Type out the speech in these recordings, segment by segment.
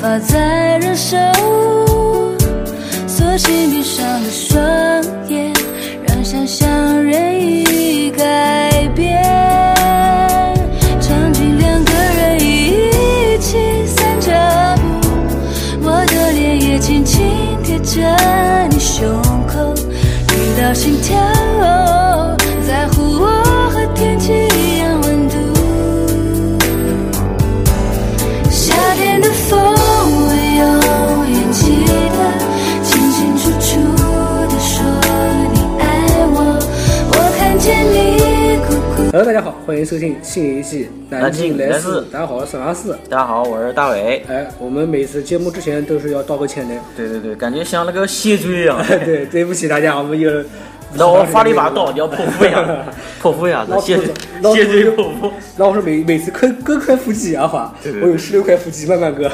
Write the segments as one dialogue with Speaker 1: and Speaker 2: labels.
Speaker 1: 法再忍受，锁紧闭上的双眼，让想象任意改变。场景两个人一起散着步，我的脸也轻轻贴着你胸口，听到心跳，在乎我和天气一样温度。夏天的风，我永远记得，清清楚楚的说你爱我。我看见你孤孤
Speaker 2: Hello，大家好，欢迎收听新一季《南京来
Speaker 3: 南京来
Speaker 2: 四
Speaker 3: 四》。
Speaker 2: 大家好，我是王四。
Speaker 3: 大家好，我是大伟。
Speaker 2: 哎，我们每次节目之前都是要道个歉的。
Speaker 3: 对对对，感觉像那个谢罪一样，
Speaker 2: 对，对不起大家，我们又
Speaker 3: 那我发了一把刀，你要剖腹呀， 剖腹呀，
Speaker 2: 老
Speaker 3: 谢
Speaker 2: 祖
Speaker 3: 罪
Speaker 2: 老
Speaker 3: 谢罪
Speaker 2: 祖
Speaker 3: 剖腹。
Speaker 2: 然后我说每每次割割块腹肌啊，话，
Speaker 3: 对对
Speaker 2: 我有十六块腹肌，慢慢 割。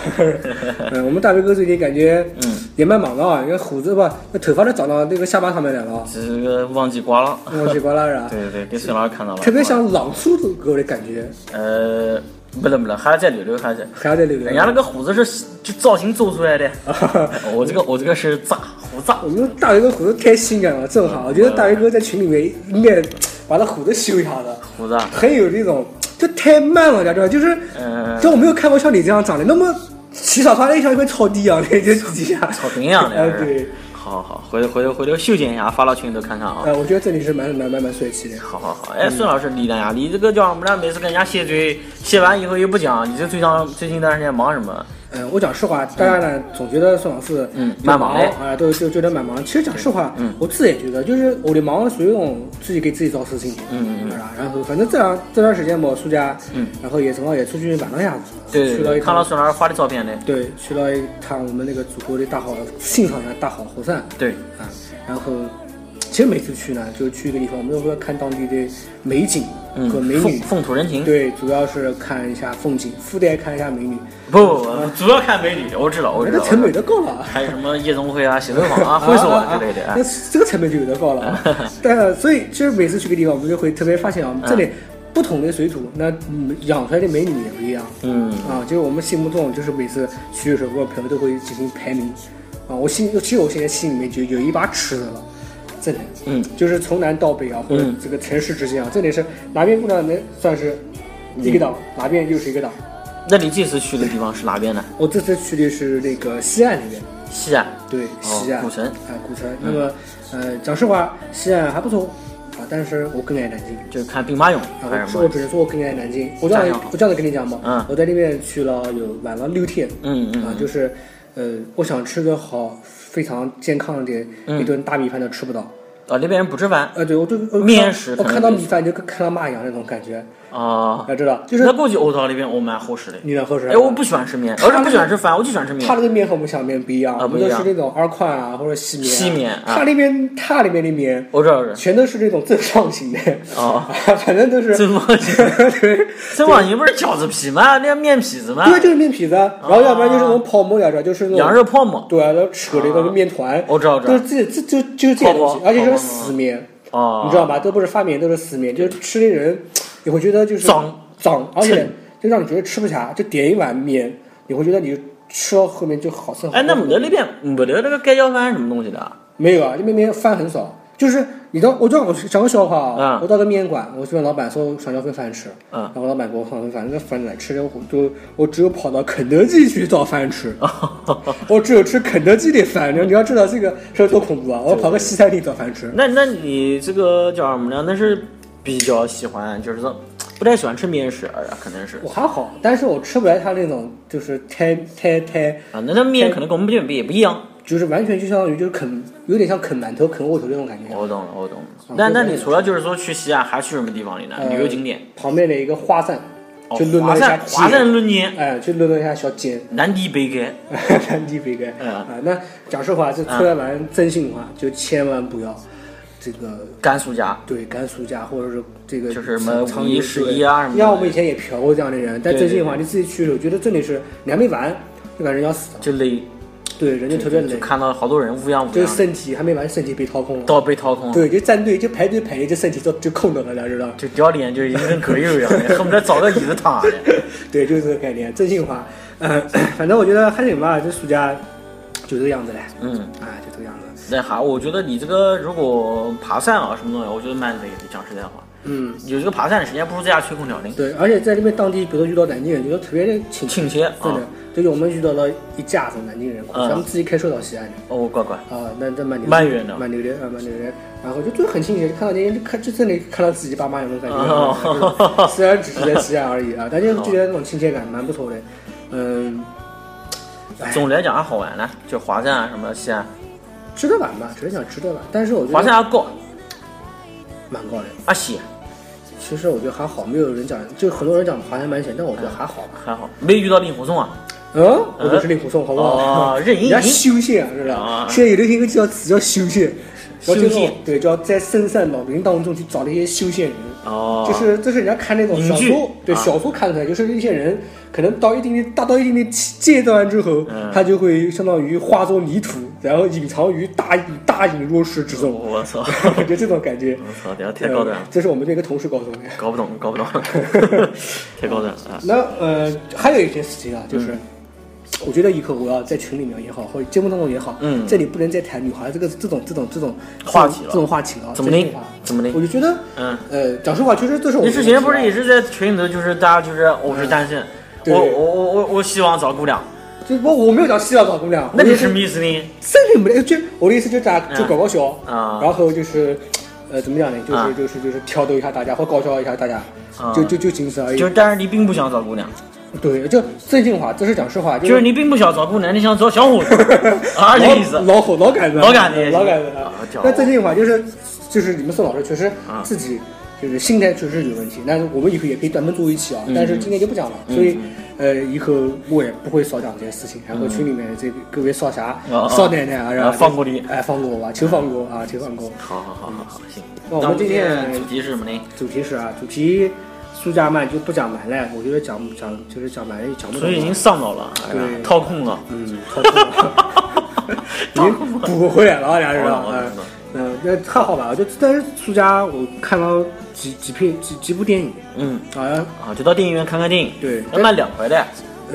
Speaker 2: 嗯，我们大飞哥最近感觉
Speaker 3: 嗯
Speaker 2: 也蛮忙的啊，因为胡子吧，那头发都长到那个下巴上面来了啊，
Speaker 3: 这是个忘记刮了。
Speaker 2: 我这瓜啦啦，
Speaker 3: 对对对，给孙老师看到了。
Speaker 2: 特别像朗苏给我的感觉，
Speaker 3: 呃，没了没了，还是在留留，还是在。
Speaker 2: 还要再留留
Speaker 3: 人。家那个胡子是就造型做出来的， 我哎这个我这个是炸胡炸
Speaker 2: 我。们大飞哥胡子太性感了，正好，我觉得大飞哥在群里面应该把他胡子修一下子，
Speaker 3: 胡子啊，
Speaker 2: 很有那种就太慢了，你知道吧？就是，
Speaker 3: 嗯
Speaker 2: 就我没有看过像你这样长得那么起草上来像一块草地一样的，就底下
Speaker 3: 草坪一 样的。
Speaker 2: 哎
Speaker 3: 是
Speaker 2: 对，
Speaker 3: 好好好，回头回头回头修剪一下，发到群里头看看啊。
Speaker 2: 呃，我觉得这里是蛮蛮蛮蛮帅气的。
Speaker 3: 好好好，哎，孙老师，你呢呀？你这个叫什么呢？每次跟人家谢罪，谢完以后又不讲，你这最长最近一段时间忙什么？
Speaker 2: 嗯，我讲实话，大家呢总觉得孙老师
Speaker 3: 嗯
Speaker 2: 就
Speaker 3: 蛮忙的
Speaker 2: 啊，都就觉得蛮忙。其实讲实话，
Speaker 3: 嗯
Speaker 2: 我自己也觉得，就是我的忙属于那种自己给自己找事情，
Speaker 3: 嗯嗯嗯
Speaker 2: 是吧？然后反正这两这段时间嘛，暑假，
Speaker 3: 嗯，
Speaker 2: 然后也正好也出去玩了一下子，
Speaker 3: 对
Speaker 2: 去
Speaker 3: 对
Speaker 2: 了一
Speaker 3: 对，看到
Speaker 2: 趟，
Speaker 3: 孙老师发的照片嘞。
Speaker 2: 对，去了一趟我们那个祖国的大好欣赏一下大好河山，
Speaker 3: 对，
Speaker 2: 啊，然后其实每次去呢，就去一个地方，我们都会看当地的美景
Speaker 3: 嗯
Speaker 2: 和美，
Speaker 3: 风
Speaker 2: 女，
Speaker 3: 风土人情。
Speaker 2: 对，主要是看一下风景，附带看一下美女，
Speaker 3: 不不不，主要看美女，我知道，我
Speaker 2: 那
Speaker 3: 知
Speaker 2: 个
Speaker 3: 道。
Speaker 2: 成本都高了啊。
Speaker 3: 还有什么夜总会啊、洗头房啊、会所啊之类的。
Speaker 2: 那
Speaker 3: 哎
Speaker 2: 这个成本就有点高了 啊。但所以就是每次去个地方，我们就会特别发现
Speaker 3: 嗯
Speaker 2: 啊，这里不同的水土，那嗯养出来的美女也不一样
Speaker 3: 嗯，
Speaker 2: 啊。就是我们心目中，就是每次去的时候，我朋友都会进行排名啊。我心，其实我现在心里面就有一把尺子了，真的。
Speaker 3: 嗯，
Speaker 2: 就是从南到北啊，或者
Speaker 3: 嗯
Speaker 2: 这个城市之间啊，这里是哪边姑娘能算是
Speaker 3: 嗯
Speaker 2: 一个岛，哪边又是一个岛。
Speaker 3: 那你这次去的地方是哪边呢？
Speaker 2: 我这次去的是那个西岸那边。
Speaker 3: 西安。
Speaker 2: 对，西安、
Speaker 3: 哦古城嗯
Speaker 2: 啊，古城。那么，呃，讲实话，西安还不错啊，但是我更爱南京
Speaker 3: 就看兵马俑
Speaker 2: 啊，
Speaker 3: 还是
Speaker 2: 我
Speaker 3: 什
Speaker 2: 说我
Speaker 3: 么？
Speaker 2: 只能说我更爱南京。我这样
Speaker 3: 家乡好
Speaker 2: 我这样子跟你讲吧，
Speaker 3: 嗯
Speaker 2: 我在那边去了有玩了六天，
Speaker 3: 嗯嗯
Speaker 2: 啊，
Speaker 3: 嗯
Speaker 2: 就是，呃，我想吃个好非常健康的
Speaker 3: 嗯
Speaker 2: 一顿大米饭都吃不到，
Speaker 3: 啊，那边人不吃饭
Speaker 2: 呃，对我就我
Speaker 3: 面
Speaker 2: 看
Speaker 3: 食
Speaker 2: 我
Speaker 3: 可能
Speaker 2: 看到
Speaker 3: 没
Speaker 2: 米饭就跟看到蚂蚁一样那种感觉，
Speaker 3: 啊。
Speaker 2: 要知道，就是
Speaker 3: 那过去欧洲那边我蛮合适的。
Speaker 2: 你能喝水，
Speaker 3: 哎，我不喜欢吃面，而且不喜欢吃饭，我就喜欢吃
Speaker 2: 他
Speaker 3: 面。
Speaker 2: 那个面和我们小面不一样，
Speaker 3: 啊
Speaker 2: 我们
Speaker 3: 不
Speaker 2: 都
Speaker 3: 一
Speaker 2: 是
Speaker 3: 样
Speaker 2: 那种二宽啊或者细面啊，
Speaker 3: 细面啊
Speaker 2: 他那边他那边的面。
Speaker 3: 我知道，我知道。
Speaker 2: 全都是那种正方形的，
Speaker 3: 哦
Speaker 2: 反正都是
Speaker 3: 正方形
Speaker 2: 对，
Speaker 3: 这网银不是饺子皮吗？那面皮子吗？
Speaker 2: 对，就是面皮子，啊然后要不然就是那种泡沫，要不然就是那
Speaker 3: 啊羊
Speaker 2: 种
Speaker 3: 肉泡馍。
Speaker 2: 对，然后扯的那个面团，
Speaker 3: 我知道我知道
Speaker 2: 就是这这这就是这些东西
Speaker 3: 泡，泡
Speaker 2: 而且是
Speaker 3: 泡泡
Speaker 2: 死面，
Speaker 3: 哦，
Speaker 2: 你知道吧？都不是发面，都是死面，就是吃的人你会觉得就是
Speaker 3: 脏
Speaker 2: 脏，而且
Speaker 3: 蹭
Speaker 2: 就让你觉得吃不下，就点一碗面，你会觉得你吃到后面就好剩好多。
Speaker 3: 哎，那没得那边没得那个盖浇饭是什么东西的啊？
Speaker 2: 没有啊，这边面饭很少。就是你到我知道我讲个笑话啊，
Speaker 3: 嗯
Speaker 2: 我到个面馆，我去问老板说我想要份饭吃，
Speaker 3: 嗯
Speaker 2: 然后老板给我放份饭，那饭来吃的我就我只有跑到肯德基去找饭 吃，我只有吃肯德基的饭，你要知道这个这有多恐 怖啊！我跑个西餐厅找饭吃，
Speaker 3: 那那你这个叫什么呢？那是比较喜欢，就是说不太喜欢吃面食，哎呀，可能是
Speaker 2: 我还好，但是我吃不来他那种就是太太太，
Speaker 3: 啊。那那面可能跟我们这边也不一样。
Speaker 2: 就是完全就相当于就是啃，有点像啃馒头、啃窝头那种感觉。
Speaker 3: 我懂了，我懂了。
Speaker 2: 对
Speaker 3: 那那
Speaker 2: 对
Speaker 3: 你除了就是说去西安，还去什么地方里呢？
Speaker 2: 呃
Speaker 3: 旅游景点？
Speaker 2: 旁边的一个花站，
Speaker 3: 哦
Speaker 2: 就论，了
Speaker 3: 华
Speaker 2: 一下
Speaker 3: 山，华山
Speaker 2: 街，
Speaker 3: 论剑，
Speaker 2: 哎，去论了一下小街。
Speaker 3: 南帝北丐。
Speaker 2: 山 地北丐
Speaker 3: 嗯
Speaker 2: 啊，那讲实话，这出来玩真心话，就千万不要这个
Speaker 3: 甘肃家，
Speaker 2: 对甘肃家或者是这个
Speaker 3: 就是什么
Speaker 2: 长
Speaker 3: 五一
Speaker 2: 长
Speaker 3: 十一啊什么的
Speaker 2: 像我们以前也嫖过这样的人，但
Speaker 3: 对
Speaker 2: 真心话，
Speaker 3: 对
Speaker 2: 你自己去的时候，觉得真的是你还没完，就感觉要死了。
Speaker 3: 就累，
Speaker 2: 对，人家特别累
Speaker 3: 就，看到好多人乌泱乌
Speaker 2: 就是
Speaker 3: 泱的，
Speaker 2: 身体还没完，身体被掏空了。
Speaker 3: 到被掏空，
Speaker 2: 对，就站队就排队排队，这身体就就空着了，大家知道？
Speaker 3: 就掉脸就已经跟狗肉一样的，恨不得找个椅子躺下来。
Speaker 2: 对，就是这个概念，真心话。嗯， 反正我觉得还行吧，这暑假就这个样子嘞，
Speaker 3: 嗯，
Speaker 2: 啊，就这个样子。
Speaker 3: 那哈，我觉得你这个如果爬山啊什么东西，我觉得蛮累的。讲实在话，
Speaker 2: 嗯，
Speaker 3: 有这个爬山的时间，不如在家吹空调呢，
Speaker 2: 对，而且在那边当地，比如说遇到南京人，觉得特别的亲切，
Speaker 3: 倾斜
Speaker 2: 真
Speaker 3: 啊
Speaker 2: 的。。就是我们遇到了一家子南京人，
Speaker 3: 嗯
Speaker 2: 咱们自己开车到西安的。
Speaker 3: 哦，乖乖，
Speaker 2: 啊，那那蛮牛，
Speaker 3: 蛮远的
Speaker 2: 蛮牛的啊，蛮牛的。然后就就很亲切，看到人家就看就真的看到自己爸妈那种感觉，
Speaker 3: 哦
Speaker 2: 虽然只是在西安而已啊，但就觉得那种亲切感蛮不错的。嗯，哎
Speaker 3: 总的来讲还好玩呢，就华山啊什么西安，
Speaker 2: 值得玩吧，只能讲值得玩，但是我觉
Speaker 3: 华
Speaker 2: 得
Speaker 3: 山还高，
Speaker 2: 蛮高的。
Speaker 3: 啊西
Speaker 2: 其实我觉得还好，没有人讲，就很多人讲华山蛮险，但我觉得还好吧。
Speaker 3: 还好，没遇到令狐冲啊。
Speaker 2: 嗯，我就是令狐冲，好不好？
Speaker 3: 哦，任 盈
Speaker 2: 人家
Speaker 3: 盈，
Speaker 2: 修仙啊，知道吧
Speaker 3: 啊？
Speaker 2: 现在有流行一个叫词叫修仙，
Speaker 3: 修
Speaker 2: 然后这
Speaker 3: 仙
Speaker 2: 种对，就要在深山老林当中去找那些修仙人。
Speaker 3: 哦，
Speaker 2: 就是这是人家看那种
Speaker 3: 影
Speaker 2: 小
Speaker 3: 剧
Speaker 2: 说，对
Speaker 3: 啊
Speaker 2: 小说看出来，就是一些人可能到一定的达到一定的阶段之后
Speaker 3: 嗯，
Speaker 2: 他就会相当于化作泥土，然后隐藏于大隐大隐若市之中，
Speaker 3: 我操，
Speaker 2: 就这种感觉。
Speaker 3: 我操，这太嗯高啊端
Speaker 2: 呃
Speaker 3: 了，
Speaker 2: 这是我们这个同事告诉我的。
Speaker 3: 搞不懂，搞不懂， 太高端了啊！
Speaker 2: 那呃，还有一件事情
Speaker 3: 嗯
Speaker 2: 啊，就是。我觉得以后我要在群里面也好，或者节目当中也好，
Speaker 3: 嗯
Speaker 2: 这里不能再谈女孩这个这种这种这种
Speaker 3: 话题了
Speaker 2: 这种话题了啊，
Speaker 3: 怎么
Speaker 2: 真
Speaker 3: 的
Speaker 2: 心话？
Speaker 3: 怎么
Speaker 2: 我就
Speaker 3: 的？
Speaker 2: 觉得，
Speaker 3: 嗯，
Speaker 2: 呃，讲实话，其实这是我
Speaker 3: 你
Speaker 2: 们
Speaker 3: 之前不
Speaker 2: 自
Speaker 3: 是
Speaker 2: 己
Speaker 3: 也是在群里头，就是大家就是我是单身，
Speaker 2: 对
Speaker 3: 我我我我我希望找姑娘，
Speaker 2: 就我我没有讲西藏找姑娘，
Speaker 3: 那
Speaker 2: 我
Speaker 3: 你
Speaker 2: 就是
Speaker 3: 什么意思呢？
Speaker 2: 真的没得，就我的意思就大家就搞搞笑，
Speaker 3: 啊
Speaker 2: 然后就是，呃，怎么讲呢？就是、
Speaker 3: 啊
Speaker 2: 就是就是挑逗一下大家，或搞笑一下大家，
Speaker 3: 啊
Speaker 2: 就就就仅此而已。
Speaker 3: 就是，但是你并不想找姑娘，
Speaker 2: 对，就真心话，这是讲实话，就
Speaker 3: 就是你并不想找姑娘，你想找小伙子，
Speaker 2: 嗯
Speaker 3: 啊，这
Speaker 2: 老
Speaker 3: 个意思。
Speaker 2: 老火老杆子，
Speaker 3: 老杆子也行
Speaker 2: 老杆子啊
Speaker 3: 啊这样。
Speaker 2: 那真心话就是就是你们宋老师确实
Speaker 3: 啊
Speaker 2: 自己。就是心态确实有问题，但是我们以后也可以专门做一期啊。
Speaker 3: 嗯
Speaker 2: 但是今天就不讲了，所以，呃，以后我也不会少讲这些事情。然后群里面这个各位少侠、
Speaker 3: 啊
Speaker 2: 少奶奶啊，然后
Speaker 3: 放过你
Speaker 2: 哎，放过我吧，求放过啊，求放过。
Speaker 3: 好好好好好，行。
Speaker 2: 那我
Speaker 3: 那
Speaker 2: 们今天
Speaker 3: 主题是什么呢？
Speaker 2: 主题是啊，主题苏家曼就不讲完了，我觉得讲讲就是讲完了讲不懂啊
Speaker 3: 所以已经上到了，哎呀
Speaker 2: 对
Speaker 3: 掏空了。
Speaker 2: 嗯，超过了已经补回来了啊，俩人
Speaker 3: 好的好的
Speaker 2: 啊
Speaker 3: 好的，
Speaker 2: 嗯，那还好吧，就但是苏家我看了几几片几几部电影
Speaker 3: 嗯，
Speaker 2: 啊，
Speaker 3: 啊，就到电影院看看电影，
Speaker 2: 对
Speaker 3: 还蛮凉快的。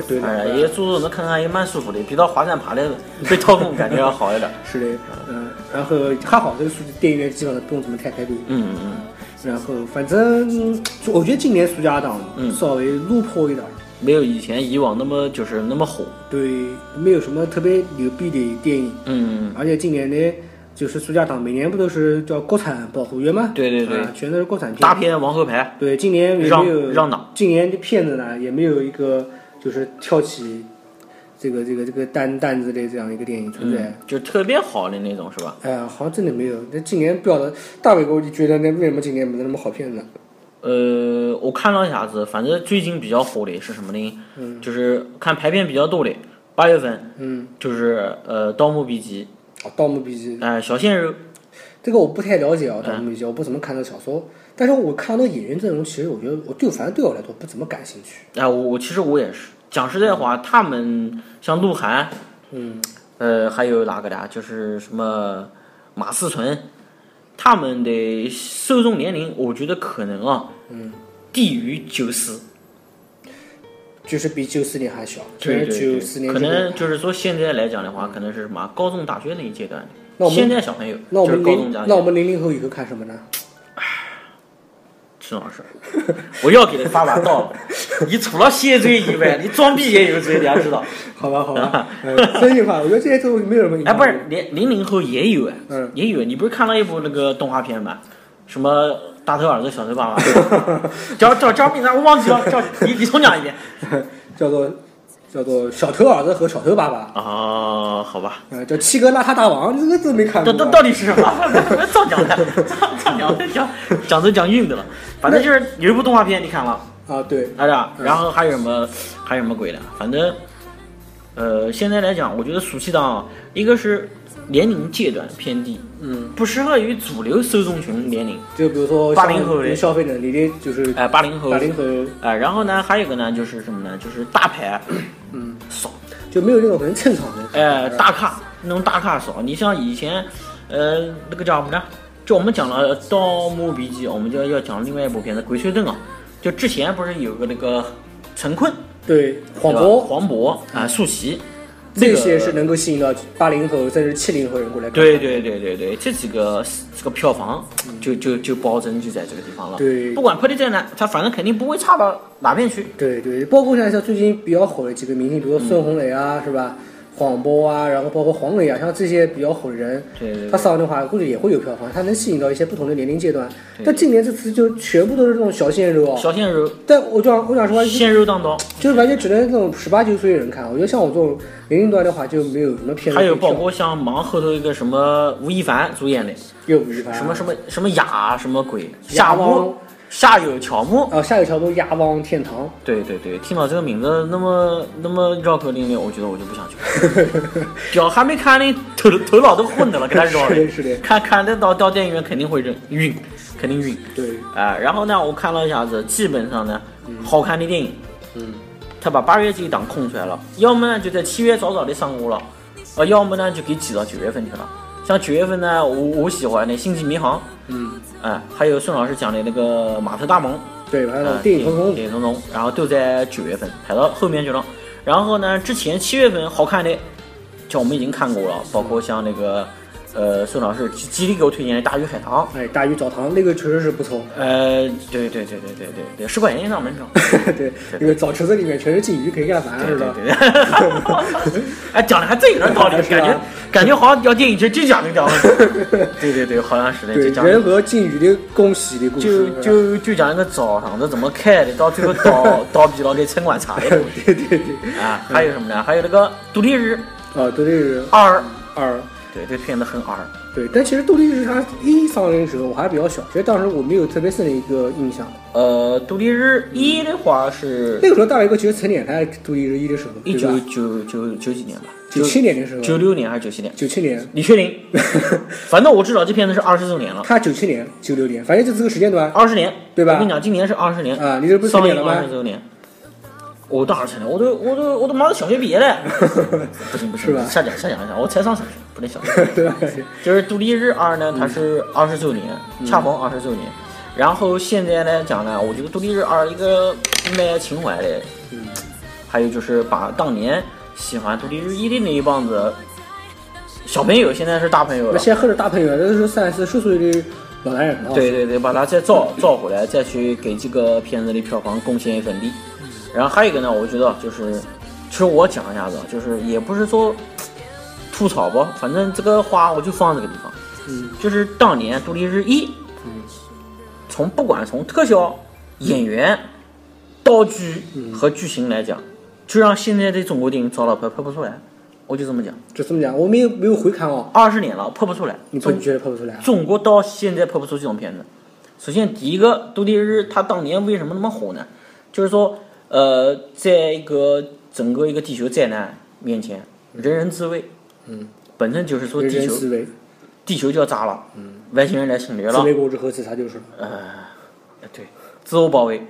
Speaker 2: 对
Speaker 3: 哎呀，
Speaker 2: 的，
Speaker 3: 也坐坐能看看，也蛮舒服的，比到华山爬的被掏空感觉要好一点。
Speaker 2: 是的，嗯，然后还好这个苏电影院基本上不用怎么太排队，
Speaker 3: 嗯嗯嗯，
Speaker 2: 然后反正就我觉得今年苏家档
Speaker 3: 嗯
Speaker 2: 稍微落魄一点儿，
Speaker 3: 没有以前以往那么就是那么火。
Speaker 2: 对，没有什么特别牛逼的电影，
Speaker 3: 嗯，
Speaker 2: 而且今年的，就是苏家党每年不都是叫国产保护月吗？
Speaker 3: 对对对
Speaker 2: 啊全都是国产片。
Speaker 3: 大。片王后牌，
Speaker 2: 对，今年也
Speaker 3: 让
Speaker 2: 没有
Speaker 3: 让档
Speaker 2: 今年的片子呢，也没有一个就是挑起这个这个这个担担子的这样一个电影存在。
Speaker 3: 嗯，就特别好的那种是吧？
Speaker 2: 哎呀，好像真的没有。那今年不晓得大伟哥，你觉得那为什么今年没得那么好片子？
Speaker 3: 呃，我看了一下子，反正最近比较火的是什么呢？
Speaker 2: 嗯
Speaker 3: 就是看排片比较多的，八月份
Speaker 2: 嗯，
Speaker 3: 就是呃《盗墓笔记
Speaker 2: 啊，《盗墓笔记》》
Speaker 3: 哎、小鲜肉，
Speaker 2: 这个我不太了解啊，《盗墓
Speaker 3: 嗯
Speaker 2: 笔记》我不怎么看这小说，但是我看到演员阵容，其实我觉得我对反正对我来说不怎么感兴趣。
Speaker 3: 哎、我我其实我也是，讲实在话，他们像鹿晗，
Speaker 2: 嗯，
Speaker 3: 呃，还有哪个的啊，就是什么马思纯，他们的受众年龄，我觉得可能啊，
Speaker 2: 嗯，
Speaker 3: 低于九四，
Speaker 2: 就是比九四年还小，
Speaker 3: 对对
Speaker 2: 九四
Speaker 3: 对，
Speaker 2: 年
Speaker 3: 可
Speaker 2: 这个
Speaker 3: 能就是说现在来讲的话，可能是什么高中、大学那一阶段
Speaker 2: 那我们
Speaker 3: 现在小朋友
Speaker 2: 那我
Speaker 3: 就是
Speaker 2: 们
Speaker 3: 高中
Speaker 2: 零
Speaker 3: 家
Speaker 2: 那我
Speaker 3: 庭。
Speaker 2: 们零零后以后看什么呢？
Speaker 3: 陈老师， 我要给他发把刀了。你除了谢罪以外，你装逼也有罪，你要知 道。
Speaker 2: 好吧，好吧，嗯，真心话，我觉得这些都没有什么影响。
Speaker 3: 啊哎，不是，零零零后也有哎，
Speaker 2: 嗯
Speaker 3: 也有。你不是看了一部那个动画片吗？什么大头儿子小头爸爸， 叫叫叫名字我忘记了，叫你你重讲一遍。
Speaker 2: 叫做叫做小头儿子和小头爸爸，
Speaker 3: 哦，好吧，
Speaker 2: 嗯，叫七哥邋遢大王，这个都没看过。
Speaker 3: 到到到底是什么？ 别造讲了，造讲了，讲讲都讲晕的了。反正就是有一部动画片，你看了，
Speaker 2: 啊，对，
Speaker 3: 哎呀，
Speaker 2: 嗯
Speaker 3: 然后还有什么还有什么鬼的？反正，呃，现在来讲，我觉得暑期档啊一个是年龄阶段偏低，
Speaker 2: 嗯，
Speaker 3: 不适合于主流受众群年龄，
Speaker 2: 就比如说
Speaker 3: 80后
Speaker 2: 有消费能力的，就是
Speaker 3: 哎、八零后，
Speaker 2: 八零后。
Speaker 3: 哎、然后呢，还有一个呢，就是什么呢？就是大牌，
Speaker 2: 嗯，
Speaker 3: 爽，
Speaker 2: 就没有那种很蹭场的。
Speaker 3: 哎，大咖那种大咖少。你像以前，呃，那个叫什么呢？就我们讲了《盗墓笔记》，我们就要要讲另外一部片子《鬼吹灯》啊。就之前不是有个那个陈坤，
Speaker 2: 对黄
Speaker 3: 对吧
Speaker 2: 渤
Speaker 3: 黄渤啊，舒淇，
Speaker 2: 这
Speaker 3: 个
Speaker 2: 些是能够吸引到八零后甚至七零后人过来看。
Speaker 3: 对对对对对，这几个这个票房就就就保证就在这个地方了。
Speaker 2: 嗯对
Speaker 3: 不管拍的再难，它反正肯定不会差到哪边去。
Speaker 2: 对对，包括像像最近比较火的几个明星，比如说孙红雷啊，
Speaker 3: 嗯
Speaker 2: 是吧？黄渤啊，然后包括黄磊啊，像这些比较火的人，
Speaker 3: 对对对
Speaker 2: 他上的话估计也会有票房，他能吸引到一些不同的年龄阶段。但今年这次就全部都是这种小鲜肉啊。
Speaker 3: 小鲜肉，
Speaker 2: 但我就想我想说，
Speaker 3: 鲜肉当道，
Speaker 2: 就是完全只能那种十八九岁的人看。我觉得像我这种年龄段的话，就没有什么片子
Speaker 3: 还
Speaker 2: 可以
Speaker 3: 有
Speaker 2: 挑。
Speaker 3: 包括像忙后头一个什么吴亦凡主演的，
Speaker 2: 又不是吧
Speaker 3: 什么什么什么雅什么鬼
Speaker 2: 雅
Speaker 3: 夏目
Speaker 2: 汪
Speaker 3: 夏有乔木，
Speaker 2: 啊，下一条都鸭王天堂。
Speaker 3: 对对对，听到这个名字那么那么绕口令令，我觉得我就不想去了。脚还没看呢，头头脑都昏的了，给他绕
Speaker 2: 是的是的
Speaker 3: 看看得到到电影院肯定会晕晕，肯定晕。
Speaker 2: 对，
Speaker 3: 啊、然后呢，我看了一下子，基本上呢，好看的电影，
Speaker 2: 嗯，
Speaker 3: 他把八月这一档空出来了，要么呢就在七月早早的上过了，呃，要么呢就给挤到九月份去了。像九月份呢，我我喜欢的《星际迷航》，
Speaker 2: 嗯，
Speaker 3: 哎、还有孙老师讲的那个《马特大蒙》，
Speaker 2: 对，完
Speaker 3: 呃
Speaker 2: 了电影通通
Speaker 3: 电影通通，然后都在九月份排到后面去了。然后呢，之前七月份好看的，像我们已经看过了，包括像那个呃孙老师极极力给我推荐的《大鱼海棠》，
Speaker 2: 哎，大鱼澡堂那个确实是不错，
Speaker 3: 呃，对对对对对对对，十块钱一张门票。
Speaker 2: 对，那个澡池子里面全是金鱼，可以干饭
Speaker 3: 对
Speaker 2: 是
Speaker 3: 对
Speaker 2: 吧？
Speaker 3: 对， 哎，讲的还真有点道
Speaker 2: 是
Speaker 3: 理，
Speaker 2: 吧
Speaker 3: 感 觉感觉好像要电影节就讲就讲了。对对对，好像是的，就
Speaker 2: 对，
Speaker 3: 讲
Speaker 2: 人和金鱼的恭喜的故
Speaker 3: 就
Speaker 2: 事，是吧
Speaker 3: 就就讲一个澡堂子怎么开的，到最后倒倒闭了给城管 查的
Speaker 2: 对对对，
Speaker 3: 啊。还有什么呢？还有那个《独立日
Speaker 2: 啊，斗地主
Speaker 3: 二》，
Speaker 2: 二，
Speaker 3: 对，这片子很二。
Speaker 2: 对，但其实斗地主它一上映的时候我还比较小，其实当时我没有特别深的一个印象。
Speaker 3: 呃，《独立日一》的话是
Speaker 2: 那个时候大伟哥其实曾点开斗地主一的时候，
Speaker 3: 一
Speaker 2: 对
Speaker 3: 九
Speaker 2: 吧？
Speaker 3: 九九九几年吧，
Speaker 2: 九七年的时候，
Speaker 3: 九六年还是九七年？
Speaker 2: 九七年，
Speaker 3: 你 确定？反正我知道这片子是二十周年了。
Speaker 2: 他九七年、九六年，反正就这个时间段，
Speaker 3: 二十年，
Speaker 2: 对吧
Speaker 3: 我跟你讲，今年是二十年
Speaker 2: 啊你这不是成
Speaker 3: 上
Speaker 2: 年
Speaker 3: 映
Speaker 2: 了吗
Speaker 3: 二十周年。我多少成年？我都我都我都妈的小学毕业 了，不行不行，
Speaker 2: 是吧
Speaker 3: 下讲下讲一下，我才上小学，不能小学。
Speaker 2: 对吧？
Speaker 3: 就是《独立日二》呢，它是二十周年，
Speaker 2: 嗯
Speaker 3: 恰逢二十周年。然后现在来讲呢，我觉得《独立日二》一个卖情怀的，
Speaker 2: 嗯，
Speaker 3: 还有就是把当年喜欢《独立日一》的那一帮子小朋友，现在是大朋友
Speaker 2: 那
Speaker 3: 了，
Speaker 2: 现在喝着大朋友，都是三四十岁的老男人了啊。
Speaker 3: 对对对，把它再造造回来，再去给这个片子的票房贡献一份力。然后还有一个呢，我觉得就是，其实我讲一下子啊，就是也不是说吐槽吧，反正这个话我就放这个地方，
Speaker 2: 嗯，
Speaker 3: 就是当年《独立日一》，从不管从特效、演员、道具和剧情来讲，就让现在的中国电影糟了拍拍不出来，我就这么讲，
Speaker 2: 就这么讲，我没有没有回看哦，
Speaker 3: 二十年了拍不出来，
Speaker 2: 你不
Speaker 3: 中
Speaker 2: 你觉得拍不出来啊？
Speaker 3: 中国到现在拍不出这种片子。首先，第一个《独立日》它当年为什么那么火呢？就是说，呃，在一个整个一个地球灾难面前，人人自危。
Speaker 2: 嗯，
Speaker 3: 本身就是说
Speaker 2: 人
Speaker 3: 地
Speaker 2: 人
Speaker 3: 球
Speaker 2: 自危，
Speaker 3: 地球就要炸了，外星人来侵略
Speaker 2: 自
Speaker 3: 了，
Speaker 2: 卫过之后自杀就是了。
Speaker 3: 对，自我保卫。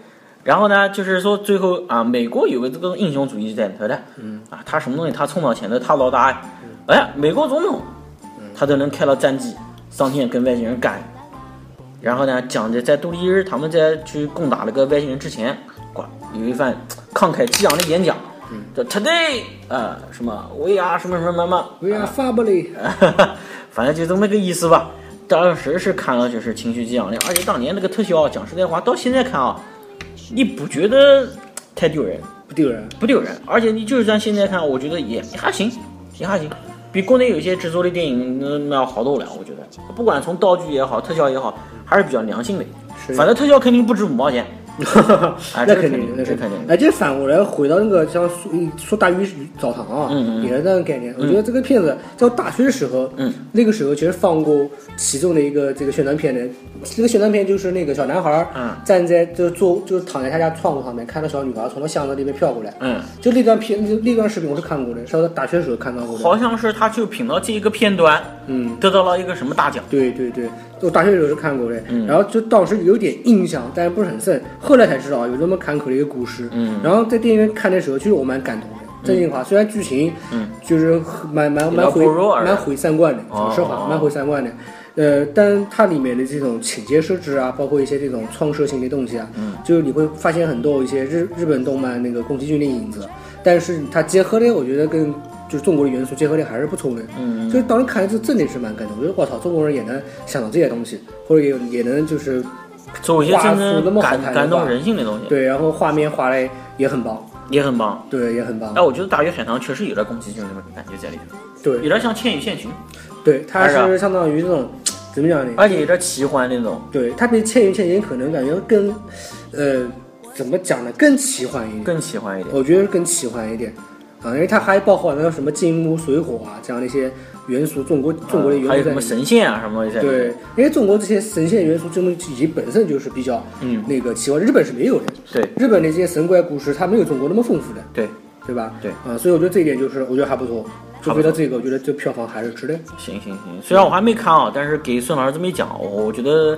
Speaker 3: 然后呢，就是说最后啊，美国有个这个英雄主义在里头的，嗯，啊，他什么东西他冲到前头，他老大，哎，美国总统，他都能开了战机上天跟外星人干。然后呢，讲的在杜立日他们在去攻打那个外星人之前，哇，有一番慷慨激昂的演讲，叫 Today 啊、什么 We are 什么什么什么
Speaker 2: We are family，
Speaker 3: 反正就这么个意思吧。当时是看了就是情绪激昂的，而且当年那个特效，啊讲实在话，到现在看啊，你不觉得太丢人，
Speaker 2: 不丢 人。
Speaker 3: 不丢人，而且你就算现在看，我觉得也也还行，也还行，比国内有些制作的电影那那要好多了。我觉得，啊不管从道具也好，特效也好，还是比较良心的。
Speaker 2: 是
Speaker 3: 反正特效肯定不止五毛钱，哎
Speaker 2: 那
Speaker 3: 这个
Speaker 2: 肯定，
Speaker 3: 肯定
Speaker 2: 那
Speaker 3: 这
Speaker 2: 肯
Speaker 3: 肯定
Speaker 2: 哎，这反过来回到那个像说说大鱼澡堂啊，也是那个概念。我觉得这个片子在我大学的时候，
Speaker 3: 嗯，
Speaker 2: 那个时候其实放过其中的一个这个宣传片的，这个宣传片就是那个小男孩儿
Speaker 3: 嗯
Speaker 2: 站在就是坐就是躺在他家窗户上面，看到小女孩从他巷子里面飘过来。
Speaker 3: 嗯，
Speaker 2: 就那段片，就那段视频我是看过的，是我大学的时候看到过的。
Speaker 3: 好像是他就凭到这一个片段，
Speaker 2: 嗯，
Speaker 3: 得到了一个什么大奖。
Speaker 2: 对对对，我大学的时候是看过的，
Speaker 3: 嗯
Speaker 2: 然后就当时有点印象，但是不是很深。后来才知道有这么坎坷的一个故事。
Speaker 3: 嗯
Speaker 2: 然后在电影院看的时候，其实我蛮感动的，真心话，虽然剧情
Speaker 3: 嗯
Speaker 2: 就是很蛮蛮
Speaker 3: 比较
Speaker 2: 蛮毁
Speaker 3: pro 而已
Speaker 2: 蛮毁三观的，
Speaker 3: 哦
Speaker 2: 讲实
Speaker 3: 哦
Speaker 2: 话蛮毁三观的。呃，但它里面的这种情节设置啊，包括一些这种创设性的东西啊，
Speaker 3: 嗯
Speaker 2: 就是你会发现很多一些日日本动漫那个宫崎骏的影子，但是它结合的我觉得跟就是中国的元素结合的还是不错的。
Speaker 3: 嗯，
Speaker 2: 就是当时看来就真的是蛮感动，我觉得我操，中国人也能想到这些东西，或者也也能就是
Speaker 3: 做一些真
Speaker 2: 画幅那
Speaker 3: 正
Speaker 2: 么好
Speaker 3: 感
Speaker 2: 看的
Speaker 3: 感动
Speaker 2: 话
Speaker 3: 人心的东西，
Speaker 2: 对，然后画面画的也很棒，
Speaker 3: 也很棒。
Speaker 2: 对，也很棒
Speaker 3: 哎，，我觉得《大鱼海棠》确实有点宫崎骏那种感觉在里面，有
Speaker 2: 对
Speaker 3: 点像《千与千寻》，
Speaker 2: 对，它
Speaker 3: 还是啊
Speaker 2: 是相当于这种怎么讲呢？
Speaker 3: 而且有点奇幻那种，
Speaker 2: 对，它比《千与千寻》可能感觉更，呃，怎么讲呢？更奇幻一点，
Speaker 3: 更奇幻一点。
Speaker 2: 我觉得更奇幻一点啊，因为它还包含了什么金木水火啊这样的一些元素，中国中国的元素
Speaker 3: 啊还
Speaker 2: 在里面。
Speaker 3: 有什么神仙啊什么东西在里面
Speaker 2: 对，，因为中国这些神仙元素，这东西已经本身就是比较
Speaker 3: 嗯，
Speaker 2: 那个奇幻，日本是没有的。
Speaker 3: 对
Speaker 2: 日本的这些神怪故事，它没有中国那么丰富的，
Speaker 3: 对，
Speaker 2: 对吧？
Speaker 3: 对
Speaker 2: 啊、所以我觉得这一点就是，我觉得还不错。
Speaker 3: 还
Speaker 2: 就
Speaker 3: 不
Speaker 2: 为
Speaker 3: 错
Speaker 2: 了这个，我觉得这票房还是值得。
Speaker 3: 行行行。虽然我还没看啊，但是给孙老师这么一讲，我我觉得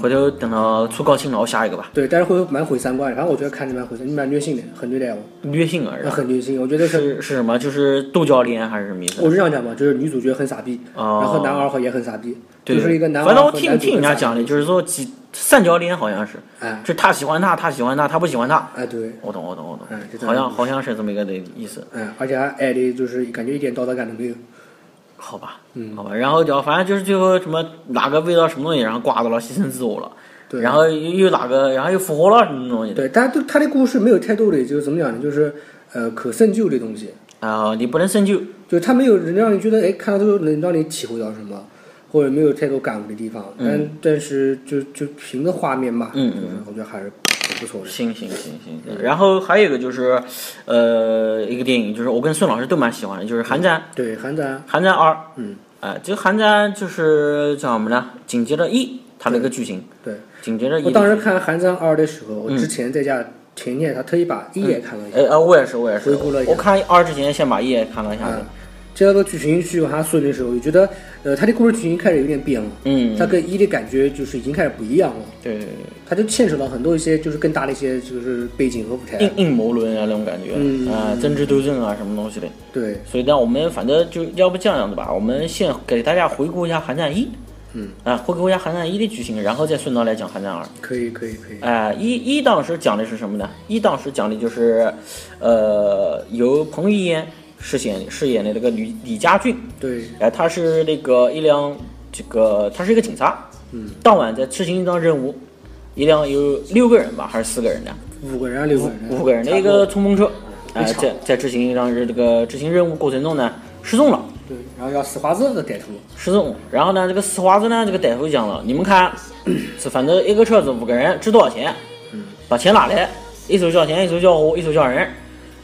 Speaker 3: 回头等到出高清了，我下一个吧，
Speaker 2: 对，但是会蛮毁三观的，反正我觉得看着蛮毁三，蛮虐心的，很虐待我，
Speaker 3: 虐心儿
Speaker 2: 那
Speaker 3: 啊。
Speaker 2: 很虐心。我觉得是，
Speaker 3: 是是什么？就是斗教练还是什么意思？
Speaker 2: 我是这样讲嘛，就是女主角很傻逼，
Speaker 3: 哦
Speaker 2: 然后男二号也很傻逼，
Speaker 3: 对，
Speaker 2: 就是一个男二
Speaker 3: 反正
Speaker 2: 号
Speaker 3: 我
Speaker 2: 和
Speaker 3: 听
Speaker 2: 男主
Speaker 3: 听人家
Speaker 2: 很傻
Speaker 3: 讲的，就是说几三角恋好像是，
Speaker 2: 逼，哎
Speaker 3: 就是他喜欢他，他喜欢他，他不喜欢他。
Speaker 2: 哎对，
Speaker 3: 我懂，我懂，我懂
Speaker 2: 嗯就，这样
Speaker 3: 好像好像是这么一个的意思，
Speaker 2: 嗯，而且还爱的就是感觉一点道德感都没有，
Speaker 3: 好吧，
Speaker 2: 嗯
Speaker 3: 好吧。然后就反正就是最后什么哪个味道什么东西，然后挂到了牺牲自我了，
Speaker 2: 对，
Speaker 3: 然后又又哪个，然后又复活了什么东西的。
Speaker 2: 对，但都他的故事没有太多的，就是怎么讲呢，就是呃可深究的东西，
Speaker 3: 啊、你不能深究，
Speaker 2: 就是他没有能让你觉得，哎，看到这个能让你体会到什么，或者没有太多感悟的地方。但、但是就就凭着画面嘛，
Speaker 3: 嗯
Speaker 2: 就是我觉得还是不错的。
Speaker 3: 行行行行
Speaker 2: 嗯
Speaker 3: 行。然后还有一个就是，呃，一个电影就是我跟孙老师都蛮喜欢的，就是《寒战》
Speaker 2: 对，韩战，
Speaker 3: 《寒战二》。
Speaker 2: 嗯，
Speaker 3: 啊、这个《寒战》就是叫什么呢？紧接着一，它的一个剧情，
Speaker 2: 对
Speaker 3: 紧接着一。
Speaker 2: 我当时，看《寒战二》的时候，我
Speaker 3: 嗯
Speaker 2: 之前在家前天他特意把一也看了一下，
Speaker 3: 哎哎，我也是，我也是
Speaker 2: 回顾了一，下
Speaker 3: 我看二之前先把一也看了一下子
Speaker 2: 嗯，接到这个剧情去往下顺的时候，我就觉得，呃，他的故事剧情开始有点变了，
Speaker 3: 嗯，
Speaker 2: 他跟一的感觉就是已经开始不一样了，
Speaker 3: 对对
Speaker 2: 他就牵扯到很多一些就是更大的一些就是背景和舞台
Speaker 3: 对，，阴阴谋论啊那种感觉，
Speaker 2: 嗯
Speaker 3: 啊，政治斗争啊什么东西的。
Speaker 2: 对，
Speaker 3: 所以呢，我们反正就要不这样子吧，我们先给大家回顾一下《寒战一》，
Speaker 2: 嗯，
Speaker 3: 啊，回顾一下《寒战一》的剧情，然后再顺道来讲《寒战二》。
Speaker 2: 可以可以可以，
Speaker 3: 哎、一一当时讲的是什么呢？一当时讲的就是，呃，由彭于晏饰演饰演的那个李李家俊，
Speaker 2: 对，
Speaker 3: 哎、他是那个一辆这个他是一个警察，
Speaker 2: 嗯，
Speaker 3: 当晚在执行一桩任务，一辆有六个人吧还是四个人的，
Speaker 2: 五个人啊六个人啊，
Speaker 3: 五个人的一
Speaker 2: 差不多
Speaker 3: 个冲锋车，哎、
Speaker 2: 被抢
Speaker 3: 在在执行一桩这个执行任务过程中呢失踪了。
Speaker 2: 对，然后要死花子的歹徒，
Speaker 3: 失踪，然后呢，这个死华子呢，这个歹徒讲了，你们看， 是反正一个车子五个人值多少钱，把钱拿来，一手交钱，一手交货，一手交人。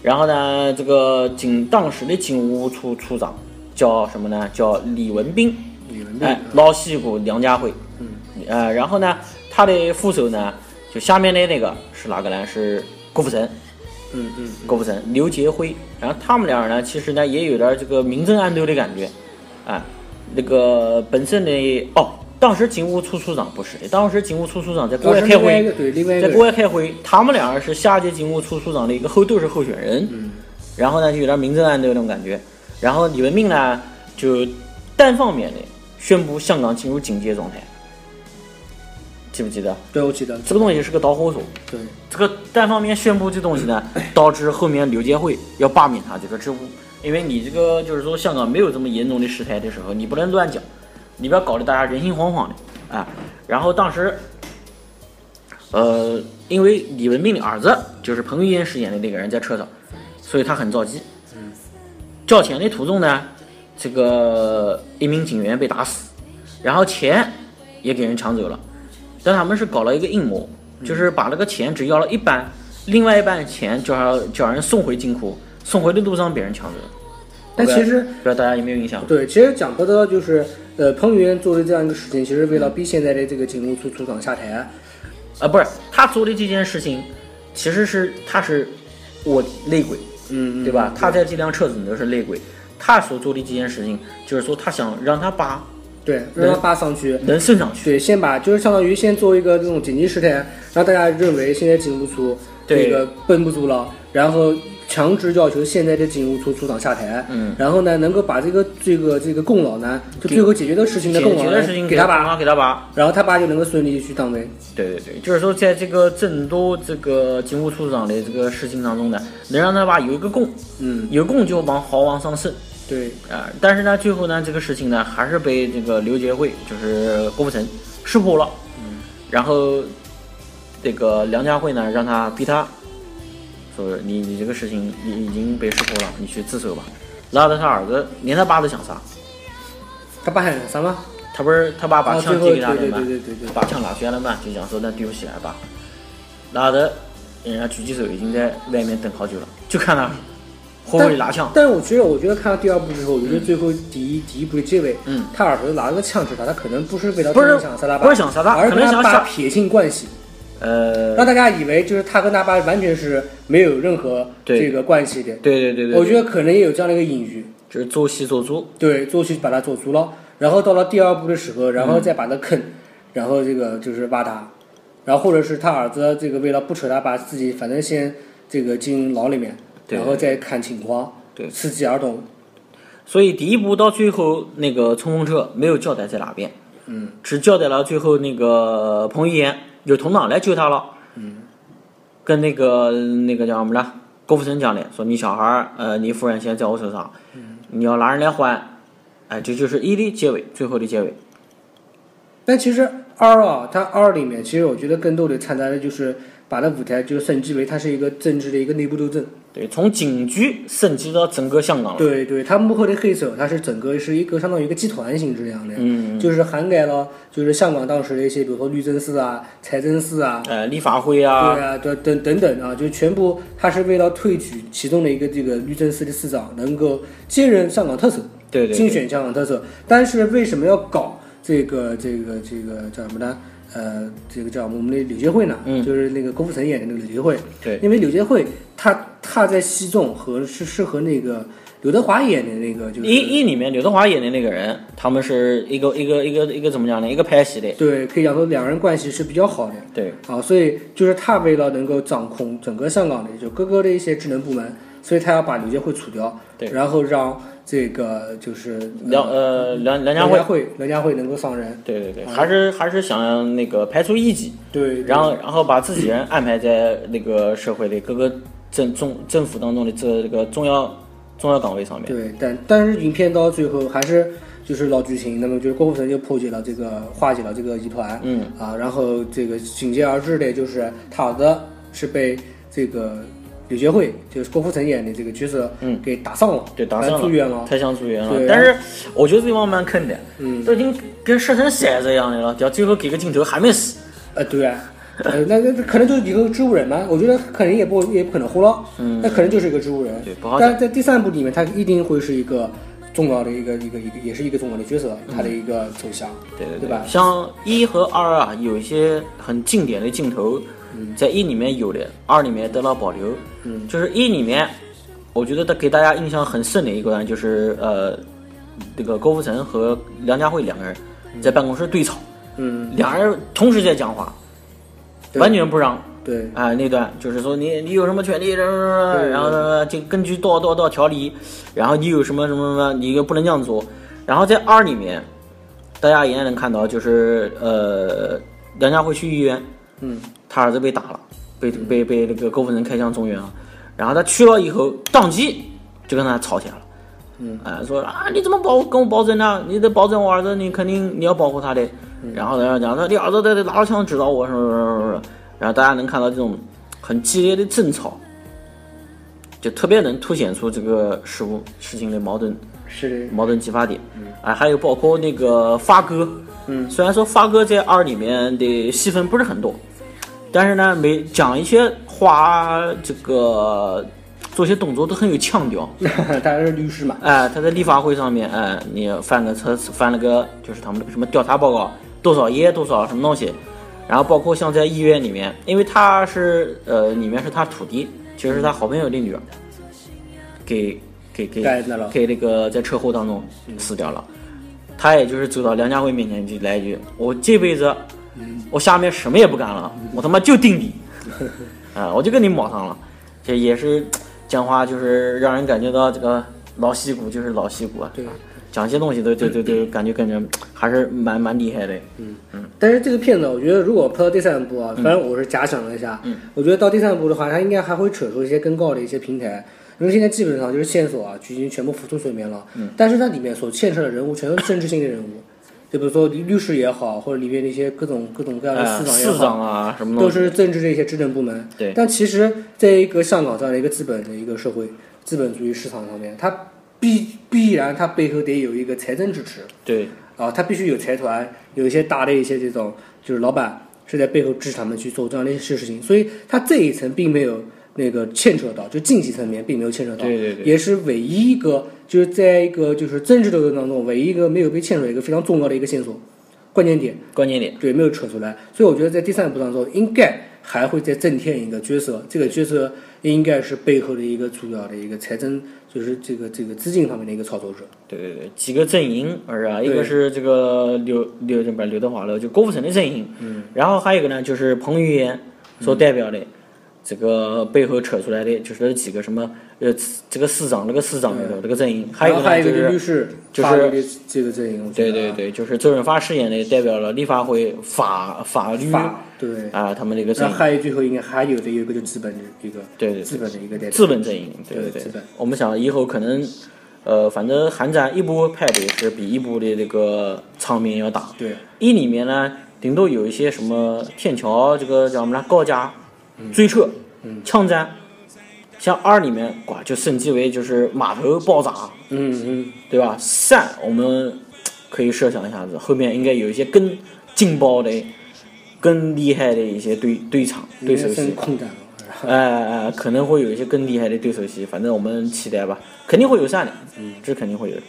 Speaker 3: 然后呢，这个警当时的警务处处长叫什么呢？叫李文斌，
Speaker 2: 李文斌
Speaker 3: 哎
Speaker 2: 啊，
Speaker 3: 老戏骨梁家辉。
Speaker 2: 嗯，
Speaker 3: 呃，然后呢，他的副手呢，就下面的那个是哪个呢？是郭富城。
Speaker 2: 嗯嗯，
Speaker 3: 郭富城、刘杰辉，然后他们两人呢，其实呢也有点这个明争暗斗的感觉，啊，那个本身的哦，当时警务处处长不是的，当时警务处处长在国
Speaker 2: 当
Speaker 3: 外
Speaker 2: 时
Speaker 3: 开
Speaker 2: 另外一
Speaker 3: 会
Speaker 2: 个，对另外一
Speaker 3: 在
Speaker 2: 个
Speaker 3: 国
Speaker 2: 人，
Speaker 3: 外开会，他们两人是下届警务处处长的一个后都是候选人，
Speaker 2: 嗯，
Speaker 3: 然后呢就有点明争暗斗那种感觉，然后李文斌呢就单方面的宣布香港进入警戒状态，记不记得？
Speaker 2: 对我记得，
Speaker 3: 这个东西是个导火索，
Speaker 2: 对
Speaker 3: 这个单方面宣布这东西呢，导致后面刘建会要罢免他这个职务，因为你这个就是说香港没有这么严重的事态的时候，你不能乱讲，你不要搞得大家人心惶惶的啊。然后当时，呃，因为李文斌的儿子就是彭于晏饰演的那个人在车上，所以他很着急。交钱的途中呢，这个一名警员被打死，然后钱也给人抢走了。但他们是搞了一个阴谋，就是把那个钱只要了一半，另外一半钱就要叫人送回金库，送回的路上被人抢走了。
Speaker 2: 但其实
Speaker 3: 不知道大家有没有印象？
Speaker 2: 对，其实讲白了就是，呃，彭于晏做的这样一个事情，其实为了逼现在的这个警务处处长下台，
Speaker 3: 啊，不是他做的这件事情，其实是他是卧底内鬼，
Speaker 2: 嗯
Speaker 3: 对吧？他在这辆车子里头是内鬼，他所做的这件事情就是说他想让他爸
Speaker 2: 对，让他扒上去，
Speaker 3: 能升上去。
Speaker 2: 对，先把就是相当于先做一个这种紧急事态，让大家认为现在警务处
Speaker 3: 对
Speaker 2: 这个绷不住了，然后强制要求现在的警务处处长下台，
Speaker 3: 嗯，
Speaker 2: 然后呢，能够把这个这个这个功劳呢，就最后解决的事情的
Speaker 3: 解
Speaker 2: 功劳
Speaker 3: 决
Speaker 2: 呢
Speaker 3: 的事情
Speaker 2: 给他爸，
Speaker 3: 爸，给他爸。
Speaker 2: 然后他爸就能够顺利去当官。
Speaker 3: 对对对，就是说，在这个郑多这个警务处长的这个事情当中呢，能让他爸有一个供，
Speaker 2: 嗯，
Speaker 3: 有供就往好往上升
Speaker 2: 对，
Speaker 3: 啊、但是呢，最后呢，这个事情呢，还是被这个刘杰会，就是郭富城识破了。嗯，然后这个梁家辉呢，让他逼他，说你你这个事情你已经被识破了，你去自首吧。拉着他儿子，连他爸都想杀，
Speaker 2: 他爸喊啥吗？
Speaker 3: 他不是他爸把
Speaker 2: 啊，最
Speaker 3: 枪
Speaker 2: 后
Speaker 3: 递
Speaker 2: 对
Speaker 3: 给他
Speaker 2: 对对
Speaker 3: 的吗？
Speaker 2: 对对对，
Speaker 3: 把枪拿出来了嘛，就讲说那对不起来吧。拿着，人家狙击手已经在外面等好久了，就看他后
Speaker 2: 但
Speaker 3: 卫拿枪，
Speaker 2: 但是我觉得，我觉得看到第二部之后，我觉得最后第一第一部的结尾，
Speaker 3: 嗯，
Speaker 2: 他儿子拿了个枪指他，他可能不是为了
Speaker 3: 不是
Speaker 2: 真的想杀他爸，
Speaker 3: 不是想杀他
Speaker 2: 而是
Speaker 3: 可能
Speaker 2: 跟
Speaker 3: 想
Speaker 2: 他爸
Speaker 3: 杀
Speaker 2: 撇清关系，
Speaker 3: 呃，
Speaker 2: 让大家以为就是他跟他爸完全是没有任何
Speaker 3: 对
Speaker 2: 这个关系的。
Speaker 3: 对对对对，
Speaker 2: 我觉
Speaker 3: 得
Speaker 2: 得可能也有这样的一个隐喻，
Speaker 3: 就是做戏做足，
Speaker 2: 对，做去把他做足了，然后到了第二部的时候，然
Speaker 3: 嗯
Speaker 2: 后再把他啃，然后这个就是挖他，然后或者是他儿子这个为了不扯他爸，自己反正先这个进牢里面，
Speaker 3: 对
Speaker 2: 然后再看情况，
Speaker 3: 对
Speaker 2: 刺激儿童，
Speaker 3: 所以第一部到最后那个冲锋车没有交代在哪边，嗯，只交代了最后那个彭于晏有同党来救他了，嗯，跟那个那个叫什么呢？郭富城讲的，说你小孩儿，呃，你夫人现在在我手上，你要拿人来还，哎，这就是一的结尾，最后的结尾，
Speaker 2: 但其实二啊，它二里面其实我觉得更多的掺杂的就是把它舞台就是升级为它是一个政治的一个内部斗争。
Speaker 3: 对，从警局升级到整个香港了，
Speaker 2: 对对，它幕后的黑手，它是整个是一个相当于一个集团性质这样的，
Speaker 3: 嗯，
Speaker 2: 就是涵盖了就是香港当时的一些，比如说律政司啊、财政司啊。
Speaker 3: 呃，立法会
Speaker 2: 对
Speaker 3: 啊，
Speaker 2: 啊，等等等等啊，就全部，它是为了推举其中的一个这个律政司的司长能够接任香港特首，
Speaker 3: 对对
Speaker 2: 竞
Speaker 3: 对，
Speaker 2: 选香港特色。但是为什么要搞这个这个这个叫什么呢？呃，这个叫我们的柳杰会呢？
Speaker 3: 嗯
Speaker 2: 就是那个郭富城演的那个柳杰会。
Speaker 3: 对，
Speaker 2: 因为柳杰会他他在西贡和是是和那个刘德华演的那个就是
Speaker 3: 一一里面刘德华演的那个人，他们是一个一个一个一个怎么讲呢？一个拍戏的，
Speaker 2: 对，可以讲说两人关系是比较好的。
Speaker 3: 对。
Speaker 2: 啊，所以就是他为了能够掌控整个香港的就各个的一些职能部门，所以他要把刘杰会除掉，
Speaker 3: 对
Speaker 2: 然后让这个就是
Speaker 3: 梁呃梁梁
Speaker 2: 梁
Speaker 3: 家
Speaker 2: 家
Speaker 3: 辉，
Speaker 2: 辉梁家辉能够上任，
Speaker 3: 对对对，还是还是想那个排除异己，
Speaker 2: 对，
Speaker 3: 然后然后把自己人安排在那个社会的各个政中政府当中的这这个重要重要岗位上面。
Speaker 2: 对，但但是影片到最后还是就是老剧情，那么就是郭富城就破解了这个化解了这个疑团，
Speaker 3: 嗯
Speaker 2: 啊，然后这个紧接而至的就是他儿子是被这个柳杰辉，就是郭富城演的这个角色，
Speaker 3: 嗯
Speaker 2: 给打伤了，
Speaker 3: 对，打算
Speaker 2: 住院了，
Speaker 3: 太想住院了
Speaker 2: 对。
Speaker 3: 但是我觉得这帮蛮坑的，
Speaker 2: 嗯
Speaker 3: 都已经跟射成筛子一样的了，屌，最后给个镜头还没死，
Speaker 2: 呃，对啊。呃，那那那可能就是一个植物人嘛，我觉得肯定也不也不可能活了，
Speaker 3: 嗯
Speaker 2: 那可能就是一个植物人。
Speaker 3: 对不好
Speaker 2: 但
Speaker 3: 讲
Speaker 2: 在第三部里面，他一定会是一个重要的一个一个一个，也是一个重要的角色，他的一个走向，
Speaker 3: 嗯对对
Speaker 2: 对吧？
Speaker 3: 像一和二啊，有一些很经典的镜头，在一里面有的，二里面得到保留。
Speaker 2: 嗯，
Speaker 3: 就是一里面，我觉得给大家印象很深的一个呢，就是呃，这个郭富城和梁家辉两个人在办公室对吵，
Speaker 2: 嗯，
Speaker 3: 两人同时在讲话，
Speaker 2: 对
Speaker 3: 完全不让。
Speaker 2: 对，
Speaker 3: 啊、那段就是说你你有什么权利，然后呢就根据多少多少多少条例，然后你有什么什么什么，你又不能这样做。然后在二里面，大家也能看到，就是呃，梁家辉去医院，
Speaker 2: 嗯，
Speaker 3: 他儿子被打了，被被被那个郭富城开枪中原了。然后他去了以后，当即就跟他吵起来了。嗯，啊、说啊，你怎么保跟我保证呢、你得保证我儿子，你肯定你要保护他的。然后然后讲说你儿子得得拿着枪指导我什么什么什么什么。然后大家能看到这种很激烈的争吵，就特别能凸显出这个事物事情的矛盾。
Speaker 2: 是的，
Speaker 3: 矛盾激发点，啊，还有包括那个发哥，
Speaker 2: 嗯，
Speaker 3: 虽然说发哥在二里面的戏份不是很多，但是呢，每讲一些话，这个做些动作都很有腔调，
Speaker 2: 他是律师嘛，
Speaker 3: 哎，他在立法会上面，哎，你翻个车，翻了个就是他们那个什么调查报告，多少页，多少什么东西，然后包括像在医院里面，因为他是呃，里面是他徒弟，其实是他好朋友的女儿，给给给
Speaker 2: 盖那了嗯
Speaker 3: 给那个在车祸当中死掉了，他也就是走到梁家辉面前就来一句：“我这辈子，
Speaker 2: 嗯
Speaker 3: 我下面什 么也不干了，我他妈就定你，啊，我就跟你卯上了。”这也是讲话就是让人感觉到这个老戏骨就是老戏骨啊，
Speaker 2: 对
Speaker 3: 啊讲些东西都对对对，感觉感觉还是蛮蛮厉害的。
Speaker 2: 嗯
Speaker 3: 嗯
Speaker 2: 但是这个片子，我觉得如果拍到第三部啊，反正我是假想了一下，
Speaker 3: 嗯
Speaker 2: 我觉得到第三部的话，它应该还会扯出一些更高的一些平台，因为现在基本上就是线索啊，就已经全部浮出水面了。
Speaker 3: 嗯
Speaker 2: 但是它里面所牵扯的人物全都是政治性的人物，就比如说律师也好，或者里面的一些各种各种各样的
Speaker 3: 哎
Speaker 2: 市呃长也
Speaker 3: 市
Speaker 2: 好。
Speaker 3: 长啊，什么
Speaker 2: 都
Speaker 3: 东西？
Speaker 2: 是政治的一些执政部门，
Speaker 3: 对
Speaker 2: 但其实，在一个香港这样的一个资本的一个社会、资本主义市场上面，它必必然它背后得有一个财政支持，
Speaker 3: 对，
Speaker 2: 啊，他必须有财团，有一些大的一些这种就是老板是在背后支持他们去做这样的一些事情，所以他这一层并没有那个牵扯到，就经济层面并没有牵扯到，
Speaker 3: 对对对
Speaker 2: 也是唯一一个就是在一个就是政治斗争当中唯一一个没有被牵扯一个非常重要的一个线索，关键点
Speaker 3: 关键点。
Speaker 2: 对没有扯出来，所以我觉得在第三部当中应该还会再增添一个角色，这个角色应该是背后的一个主要的一个财政就是这个这个资金方面的一个操作者，
Speaker 3: 对对对，几个阵营是吧？
Speaker 2: 对
Speaker 3: 一个是这个刘刘什么刘德华了，就郭富城的阵营，嗯，然后还有一个呢，就是彭于晏所代表的、
Speaker 2: 嗯
Speaker 3: 这个背后扯出来的，就是那几个什么呃，这个市长那个市长那个这个阵营，还
Speaker 2: 嗯
Speaker 3: 有
Speaker 2: 然
Speaker 3: 一
Speaker 2: 后还有
Speaker 3: 个
Speaker 2: 一个
Speaker 3: 呢就是
Speaker 2: 律师，
Speaker 3: 就是
Speaker 2: 法律的这个阵营，我觉
Speaker 3: 对
Speaker 2: 得
Speaker 3: 对对，就是周润发饰演的代表了立法会法法律
Speaker 2: 法
Speaker 3: 啊、
Speaker 2: 对。
Speaker 3: 他们的一个阵
Speaker 2: 然
Speaker 3: 营
Speaker 2: 后，还有最后应该还有的有一个就是资本的一个
Speaker 3: 对对对
Speaker 2: 资本的一个代表
Speaker 3: 资本阵营，对
Speaker 2: 对
Speaker 3: 对
Speaker 2: 资本
Speaker 3: 我们想以后可能，呃，反正韩战一部拍的是比一部的这个场面要大。
Speaker 2: 对
Speaker 3: 一里面呢，顶多有一些什么天桥，这个叫什么呢？高架、追车、枪战。像二里面，哇，就升级为就是码头爆炸，
Speaker 2: 嗯嗯
Speaker 3: 对吧？三，我们可以设想一下子，后面应该有一些更劲爆的、更厉害的一些对对场、对手
Speaker 2: 应该
Speaker 3: 戏
Speaker 2: 剩。空档了，啊然后
Speaker 3: 哎哎，哎可能会有一些更厉害的对手戏，反正我们期待吧，肯定会有善的，嗯，这肯定会有的。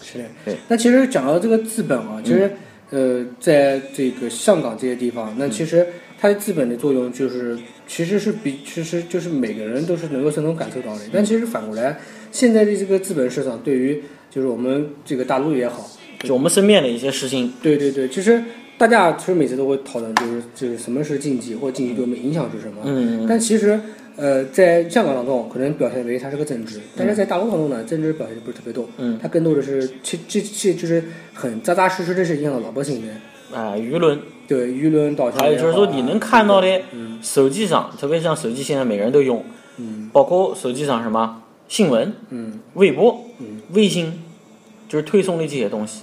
Speaker 2: 是的
Speaker 3: 对。嗯
Speaker 2: 那其实讲到这个资本啊，其实呃，在这个香港这些地方，那
Speaker 3: 嗯
Speaker 2: 其实它的资本的作用就是，其实是比其实就是每个人都是能够深层感受到的。但其实反过来，现在的这个资本市场对于就是我们这个大陆也好，
Speaker 3: 就我们身边的一些事情，
Speaker 2: 对对对，其实大家其实每次都会讨论，就是就是什么是竞技，或竞技对我们影响是什么。
Speaker 3: 嗯，
Speaker 2: 但其实，呃，在香港当中，可能表现为它是个政治，但是在大陆当中呢，政治表现的不是特别多。
Speaker 3: 嗯，
Speaker 2: 它更多的是这这这就是很扎扎实实的是影响到老百姓的，
Speaker 3: 啊、舆论
Speaker 2: 对舆论导向
Speaker 3: 还
Speaker 2: 也好啊。
Speaker 3: 有就是说，你能看到的手机上，特别像手机现在每个人都用，包括手机上什么新闻、
Speaker 2: 嗯，
Speaker 3: 微博、微信，就是推送的这些东西。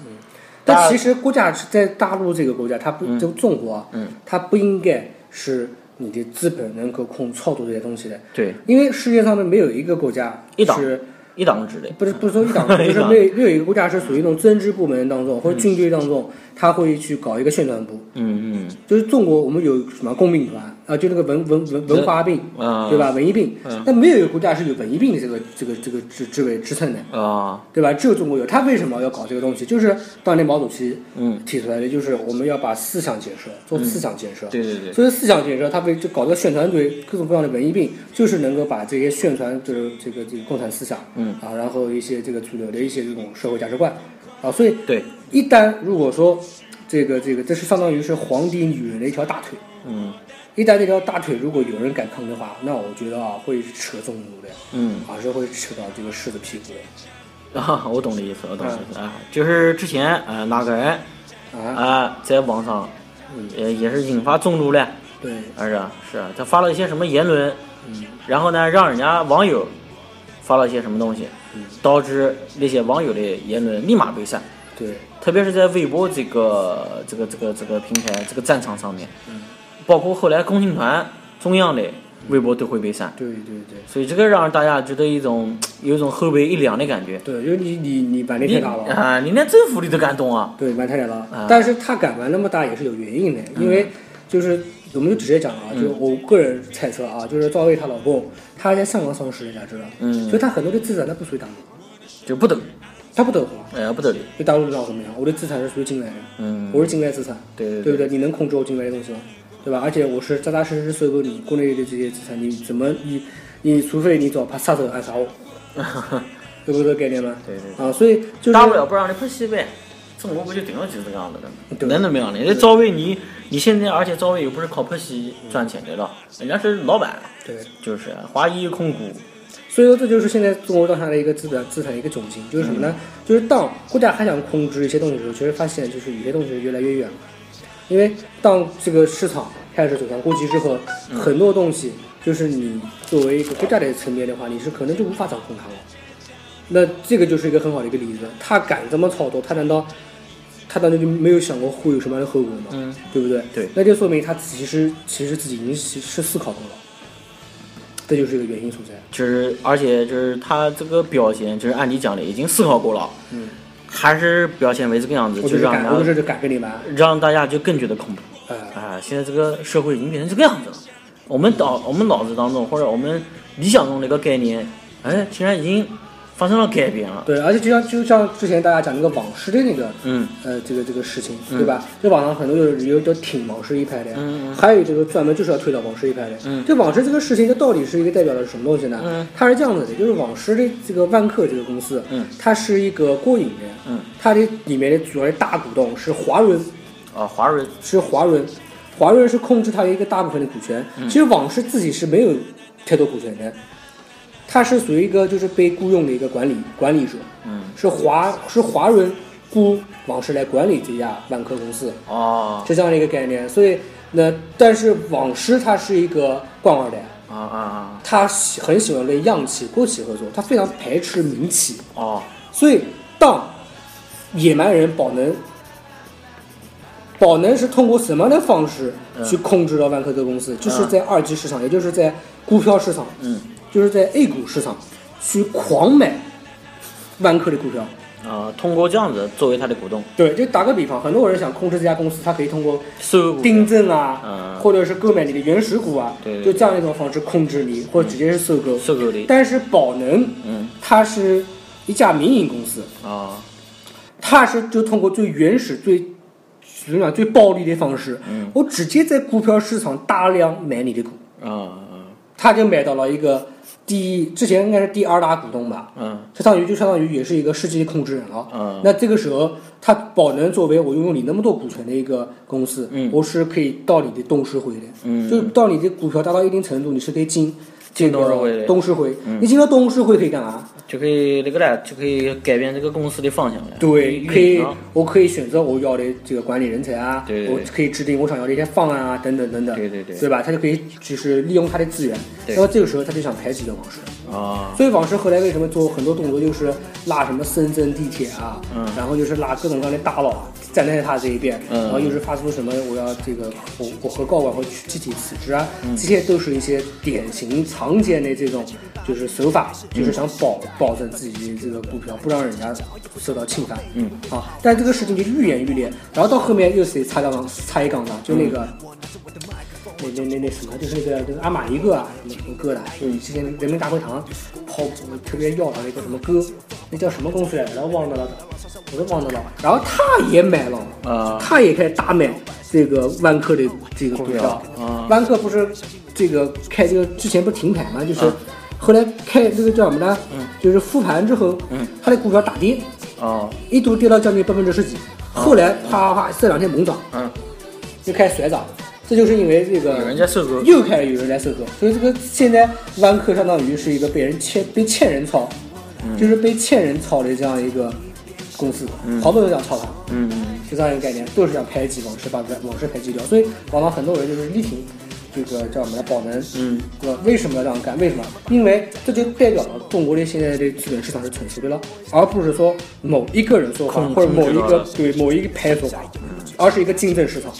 Speaker 2: 但
Speaker 3: 大
Speaker 2: 其实国家是在大陆这个国家，它不就中国啊，
Speaker 3: 嗯
Speaker 2: 它不应该是你的资本能够控操作这些东西的，
Speaker 3: 对，
Speaker 2: 因为世界上面没有一个国家
Speaker 3: 一党
Speaker 2: 是
Speaker 3: 一党制的。，
Speaker 2: 不是不是说一党 就是
Speaker 3: 一党
Speaker 2: 没有没有一个国家是属于那种政治部门当中或者军队当中，他会去搞一个宣传部。
Speaker 3: 嗯嗯
Speaker 2: 就是中国我们有什么工兵团啊，就那个文文文文化兵，
Speaker 3: 啊
Speaker 2: 对吧？文艺兵
Speaker 3: 嗯，
Speaker 2: 但没有一个国家是有文艺兵的这个这个这个职职位职称的，
Speaker 3: 啊，
Speaker 2: 对吧？只有中国有。他为什么要搞这个东西？就是当年毛主席
Speaker 3: 嗯
Speaker 2: 提出来的，就是我们要把思想建设做思想建设。
Speaker 3: 对对对，
Speaker 2: 所以思想建设，他为就搞这个宣传队，各种各样的文艺病，就是能够把这些宣传，就是这个这个共产思想，
Speaker 3: 嗯
Speaker 2: 啊，然后一些这个主流的一些这种社会价值观，啊，所以
Speaker 3: 对，
Speaker 2: 一旦如果说这个这个，这是相当于是皇帝女人的一条大腿，
Speaker 3: 嗯
Speaker 2: 一旦这条大腿如果有人敢碰的话，那我觉得啊会扯中路的，
Speaker 3: 嗯。
Speaker 2: 啊是会扯到这个狮子屁股的，
Speaker 3: 啊，我懂你意思，我懂你意思啊，就是之前呃那个人
Speaker 2: 啊，
Speaker 3: 啊在网上，呃也是引发众怒了，
Speaker 2: 对，
Speaker 3: 是啊是啊，他发了一些什么言论，
Speaker 2: 嗯
Speaker 3: 然后呢让人家网友发了一些什么东西，
Speaker 2: 嗯
Speaker 3: 导致那些网友的言论立马被删，
Speaker 2: 对，
Speaker 3: 特别是在微博这个这个这个这个平台这个战场上面，
Speaker 2: 嗯
Speaker 3: 包括后来共青团中央的微博都会被删，
Speaker 2: 对对对。
Speaker 3: 所以这个让大家觉得一种有一种后背一凉的感觉。
Speaker 2: 对，就是你你你把那
Speaker 3: 你
Speaker 2: 太大了，
Speaker 3: 啊，你连政府你都敢动啊？
Speaker 2: 对，玩太难了。
Speaker 3: 啊嗯
Speaker 2: 但是他敢玩那么大也是有原因的，因为就是我们就直接讲啊，就是我个人猜测啊，就是赵薇她老公他在香港上市，人家知道，
Speaker 3: 嗯
Speaker 2: 所以他很多的资产他不属于大陆，
Speaker 3: 就不得，
Speaker 2: 他不得华，
Speaker 3: 哎，不得了。
Speaker 2: 就大陆让我怎么样？我的资产是属于境外的，
Speaker 3: 嗯，
Speaker 2: 我是境外资产，
Speaker 3: 对对
Speaker 2: 对不对？你能控制我境外的东西吗？对吧？而且我是扎扎实实收购你国内的这些资产，你怎么你你除非你找怕杀手暗杀 我，对不对？这个概念吗？
Speaker 3: 对对
Speaker 2: 啊，所以就是
Speaker 3: 大不了不让你拍戏呗，中国不就顶多就是这个样子的吗？
Speaker 2: 对
Speaker 3: 能怎么样呢？那赵薇你你现在，而且赵薇又不是靠拍戏赚钱的了，人家是老板，
Speaker 2: 对。
Speaker 3: 就是华谊控股，
Speaker 2: 所以说这就是现在中国当下的一个资本资产的一个窘境，就是什么
Speaker 3: 嗯
Speaker 2: 呢？就是当国家还想控制一些东西的时候，其实发现就是有些东西越来越远了，因为当这个市场开始走向国际之后，很多东西就是你作为一个国家的层面的话，你是可能就无法掌控它了。那这个就是一个很好的一个例子，他敢这么操作，他难道他难道就没有想过会有什么样的后果吗？
Speaker 3: 嗯，
Speaker 2: 对不对？
Speaker 3: 对
Speaker 2: 那就说明他其实其实自己已经是是思考过了，这就是一个原因所在。
Speaker 3: 就是而且就是他这个表现，就是按你讲的，已经思考过了，
Speaker 2: 嗯，
Speaker 3: 还是表现为这个样子，
Speaker 2: 我
Speaker 3: 就
Speaker 2: 就是
Speaker 3: 让
Speaker 2: 敢，我
Speaker 3: 大
Speaker 2: 就
Speaker 3: 家
Speaker 2: 是敢跟你玩，
Speaker 3: 让大家就更觉得恐怖
Speaker 2: 啊、
Speaker 3: 啊！现在这个社会已经变成这个样子了，我们脑我们脑子当中或者我们理想中的一个概念，哎，竟然已经发生了改变了，
Speaker 2: 对，而且就像就像之前大家讲那个网师的那个，
Speaker 3: 嗯，
Speaker 2: 呃，这个这个事情，对吧？就网上很多有有有挺网师一派的，
Speaker 3: 嗯嗯
Speaker 2: 还有这个专门就是要推倒网师一派的。
Speaker 3: 嗯
Speaker 2: 这网师这个事情，它到底是一个代表了什么东西呢？
Speaker 3: 嗯
Speaker 2: 它是这样子的，就是网师的这个万科这个公司，
Speaker 3: 嗯
Speaker 2: 它是一个国营的，
Speaker 3: 嗯，
Speaker 2: 它的里面的主要的大股东是华润，
Speaker 3: 啊，华润
Speaker 2: 是华润，华润是控制它的一个大部分的股权。其实网视自己是没有太多股权的，它是属于一个就是被雇佣的一个管理管理者，
Speaker 3: 嗯，
Speaker 2: 是华是华润雇网视来管理这家万科公司，
Speaker 3: 哦
Speaker 2: 是这样的一个概念。所以那但是网视它是一个官二代，
Speaker 3: 啊啊啊
Speaker 2: 他喜很喜欢跟央企、国企合作，他非常排斥民企。
Speaker 3: 哦，
Speaker 2: 所以，当野蛮人宝能，宝能是通过什么样的方式
Speaker 3: 嗯
Speaker 2: 去控制到万科这个公司？就是在二级市场，也就是在股票市场，
Speaker 3: 嗯
Speaker 2: 就是在 A 股市场去狂买万科的股票。
Speaker 3: 啊，通过这样子作为他的股东，
Speaker 2: 对，就打个比方，很多人想控制这家公司，他可以通过
Speaker 3: 收入股权
Speaker 2: 订正啊，
Speaker 3: 嗯
Speaker 2: 或者是购买你的原始股啊，
Speaker 3: 对对
Speaker 2: 就这样一种方式控制你，或者直接是收购。
Speaker 3: 收购的，
Speaker 2: 但是宝能，
Speaker 3: 嗯
Speaker 2: 它是一家民营公司，
Speaker 3: 啊
Speaker 2: 他是就通过最原始、最怎么讲最暴力的方式，
Speaker 3: 嗯
Speaker 2: 我直接在股票市场大量买你的股，
Speaker 3: 啊啊
Speaker 2: 他就买到了一个第一，之前应该是第二大股东吧，
Speaker 3: 嗯
Speaker 2: 相当于就相当于也是一个世界控制人了。
Speaker 3: 嗯
Speaker 2: 那这个时候，他宝能作为我拥有你那么多股权的一个公司，
Speaker 3: 嗯
Speaker 2: 我是可以到你的董事会的，
Speaker 3: 嗯
Speaker 2: 就是到你的股票达到一定程度，你是可以进。这
Speaker 3: 董事会
Speaker 2: 个
Speaker 3: 的嗯
Speaker 2: 董事会，你进到董事会可以干嘛？
Speaker 3: 就可以那个嘞，就可以改变这个公司的方向了。
Speaker 2: 对，
Speaker 3: 运
Speaker 2: 可以
Speaker 3: 营啊，
Speaker 2: 我可以选择我要的这个管理人才啊，
Speaker 3: 对对对
Speaker 2: 我可以制定我想要的一些方案啊，等等等等，
Speaker 3: 对对对
Speaker 2: 对吧？他就可以就是利用他的资源，
Speaker 3: 对
Speaker 2: 然后这个时候他就想排挤掉王石，
Speaker 3: 啊，
Speaker 2: 所以王石后来为什么做很多动作，就是拉什么深圳地铁啊，
Speaker 3: 嗯
Speaker 2: 然后就是拉各种各样的大佬啊站在他这一边，
Speaker 3: 嗯
Speaker 2: 然后又是发出什么我要这个我我和高管会集体辞职啊，
Speaker 3: 嗯
Speaker 2: 这些都是一些典型常见的这种就是手法，就是想保保证自己的这个股票不让人家受到侵犯，
Speaker 3: 嗯
Speaker 2: 啊，但这个事情就愈演愈烈，然后到后面又谁插一杠插一杠呢？就那个。那那那那什么，就是那个那个阿玛尼哥啊，什么什么哥的，就是之前人民大会堂跑特别要他那个什么哥，那叫什么公司来着？然后忘掉了，我都忘掉了。然后他也买了，
Speaker 3: 啊
Speaker 2: 他也开始大买这个万科的这个股票
Speaker 3: 股票啊。
Speaker 2: 万科不是这个开这个之前不是停牌吗？就是
Speaker 3: 啊
Speaker 2: 后来开这个叫什么呢？
Speaker 3: 嗯
Speaker 2: 就是复盘之后，他的股票大跌，
Speaker 3: 哦，
Speaker 2: 一度跌到将近百分之十几，
Speaker 3: 啊
Speaker 2: 后来啪啪啪这两天猛涨，
Speaker 3: 嗯，
Speaker 2: 又开始甩涨。这就是因为这个
Speaker 3: 有人在收购，
Speaker 2: 又开始有人来收购，所以这个现在湾科相当于是一个被人欠被欠人操，
Speaker 3: 嗯
Speaker 2: 就是被欠人操的这样一个公司，好多人想操它，
Speaker 3: 嗯嗯，
Speaker 2: 就这样一个概念，都是想排挤往事，把往事排挤掉，所以网上很多人就是力挺这个叫什么呢？宝能，
Speaker 3: 嗯，
Speaker 2: 对吧？为什么要这样干？为什么？因为这就代表了中国的现在的资本市场是成熟的了，而不是说某一个人说话
Speaker 3: 控
Speaker 2: 或者某一
Speaker 3: 控制
Speaker 2: 个
Speaker 3: 了嗯
Speaker 2: 对某一个牌说话，而是一个竞争市场。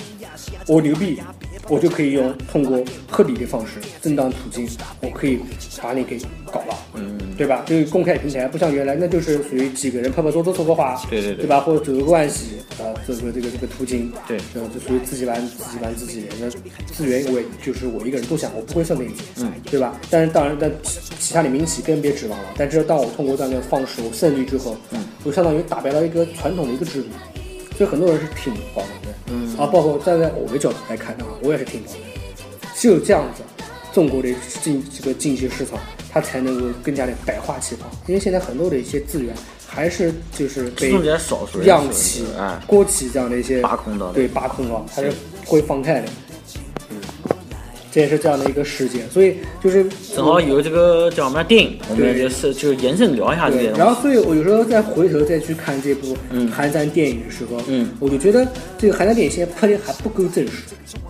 Speaker 2: 我牛逼，我就可以用通过合理的方式、正当途径，我可以把你给搞了，嗯，对吧？就是公开平台，不像原来那就是属于几个人拍拍桌子说说话，
Speaker 3: 对对对
Speaker 2: 对吧？或者走个关系啊，走个这个这个途径，
Speaker 3: 对
Speaker 2: 然后就属于自己玩自己玩自己的，那资源我也就是我一个人共享，我不会分给你，嗯，对吧？但是当然，但其其他的民企更别指望了。但只有当我通过这样的方式我胜利之后，嗯，我相当于打败了一个传统的一个制度，所以很多人是挺保能的，嗯，啊，包括站在我的角度来看的话，我也是挺保能的。只有这样子，中国的经这个经济市场，它才能够更加的百花齐放。因为现在很多的一些资源还是就是
Speaker 3: 集
Speaker 2: 被
Speaker 3: 中在少数人
Speaker 2: 央
Speaker 3: 手
Speaker 2: 企
Speaker 3: 里哎、
Speaker 2: 国企这样的一些
Speaker 3: 把控到的
Speaker 2: 对把控了，它是会放开的。这也是这样的一个事件，所以就是
Speaker 3: 正
Speaker 2: 嗯
Speaker 3: 好有这个叫什么电影，我们就是就延伸聊一下这
Speaker 2: 对
Speaker 3: 些，东
Speaker 2: 然
Speaker 3: 西。
Speaker 2: 后所以我有时候再回头再去看这部韩战电影的时候，
Speaker 3: 嗯，
Speaker 2: 我就觉得这个韩战电影现在拍的还不够真实，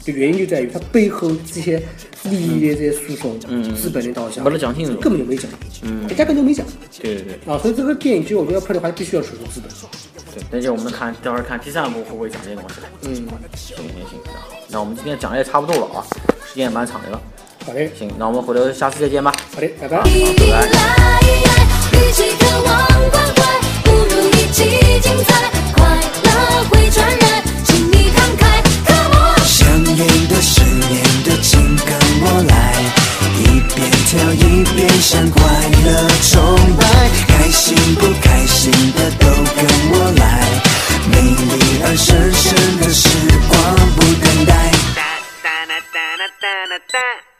Speaker 2: 就原因就在于它背后这些利益的这些诉讼，
Speaker 3: 嗯
Speaker 2: 资本的导向，
Speaker 3: 没得讲清楚
Speaker 2: 根本就没讲，嗯，压根就没讲
Speaker 3: 对对对
Speaker 2: 啊，所以这个电影其实我觉得拍的还必须要手术资本，
Speaker 3: 对，那就我们看，到时候看第三部会不会讲这些东西了。
Speaker 2: 嗯，
Speaker 3: 行行行，那好，那我们今天讲的也差不多了啊，时间也蛮长的了。
Speaker 2: 好嘞，
Speaker 3: 行，那我们回头下次再见吧。
Speaker 2: 好嘞，拜拜。
Speaker 1: 一定来，一起渴望关怀，不如一起精彩，快乐会传染，请你慷慨，Come on！
Speaker 4: 相应的声音的，请跟我来，一边跳一边向快乐崇拜，开心不开心的都跟我来，美丽而神圣的时光不等待。
Speaker 5: da da da da da da da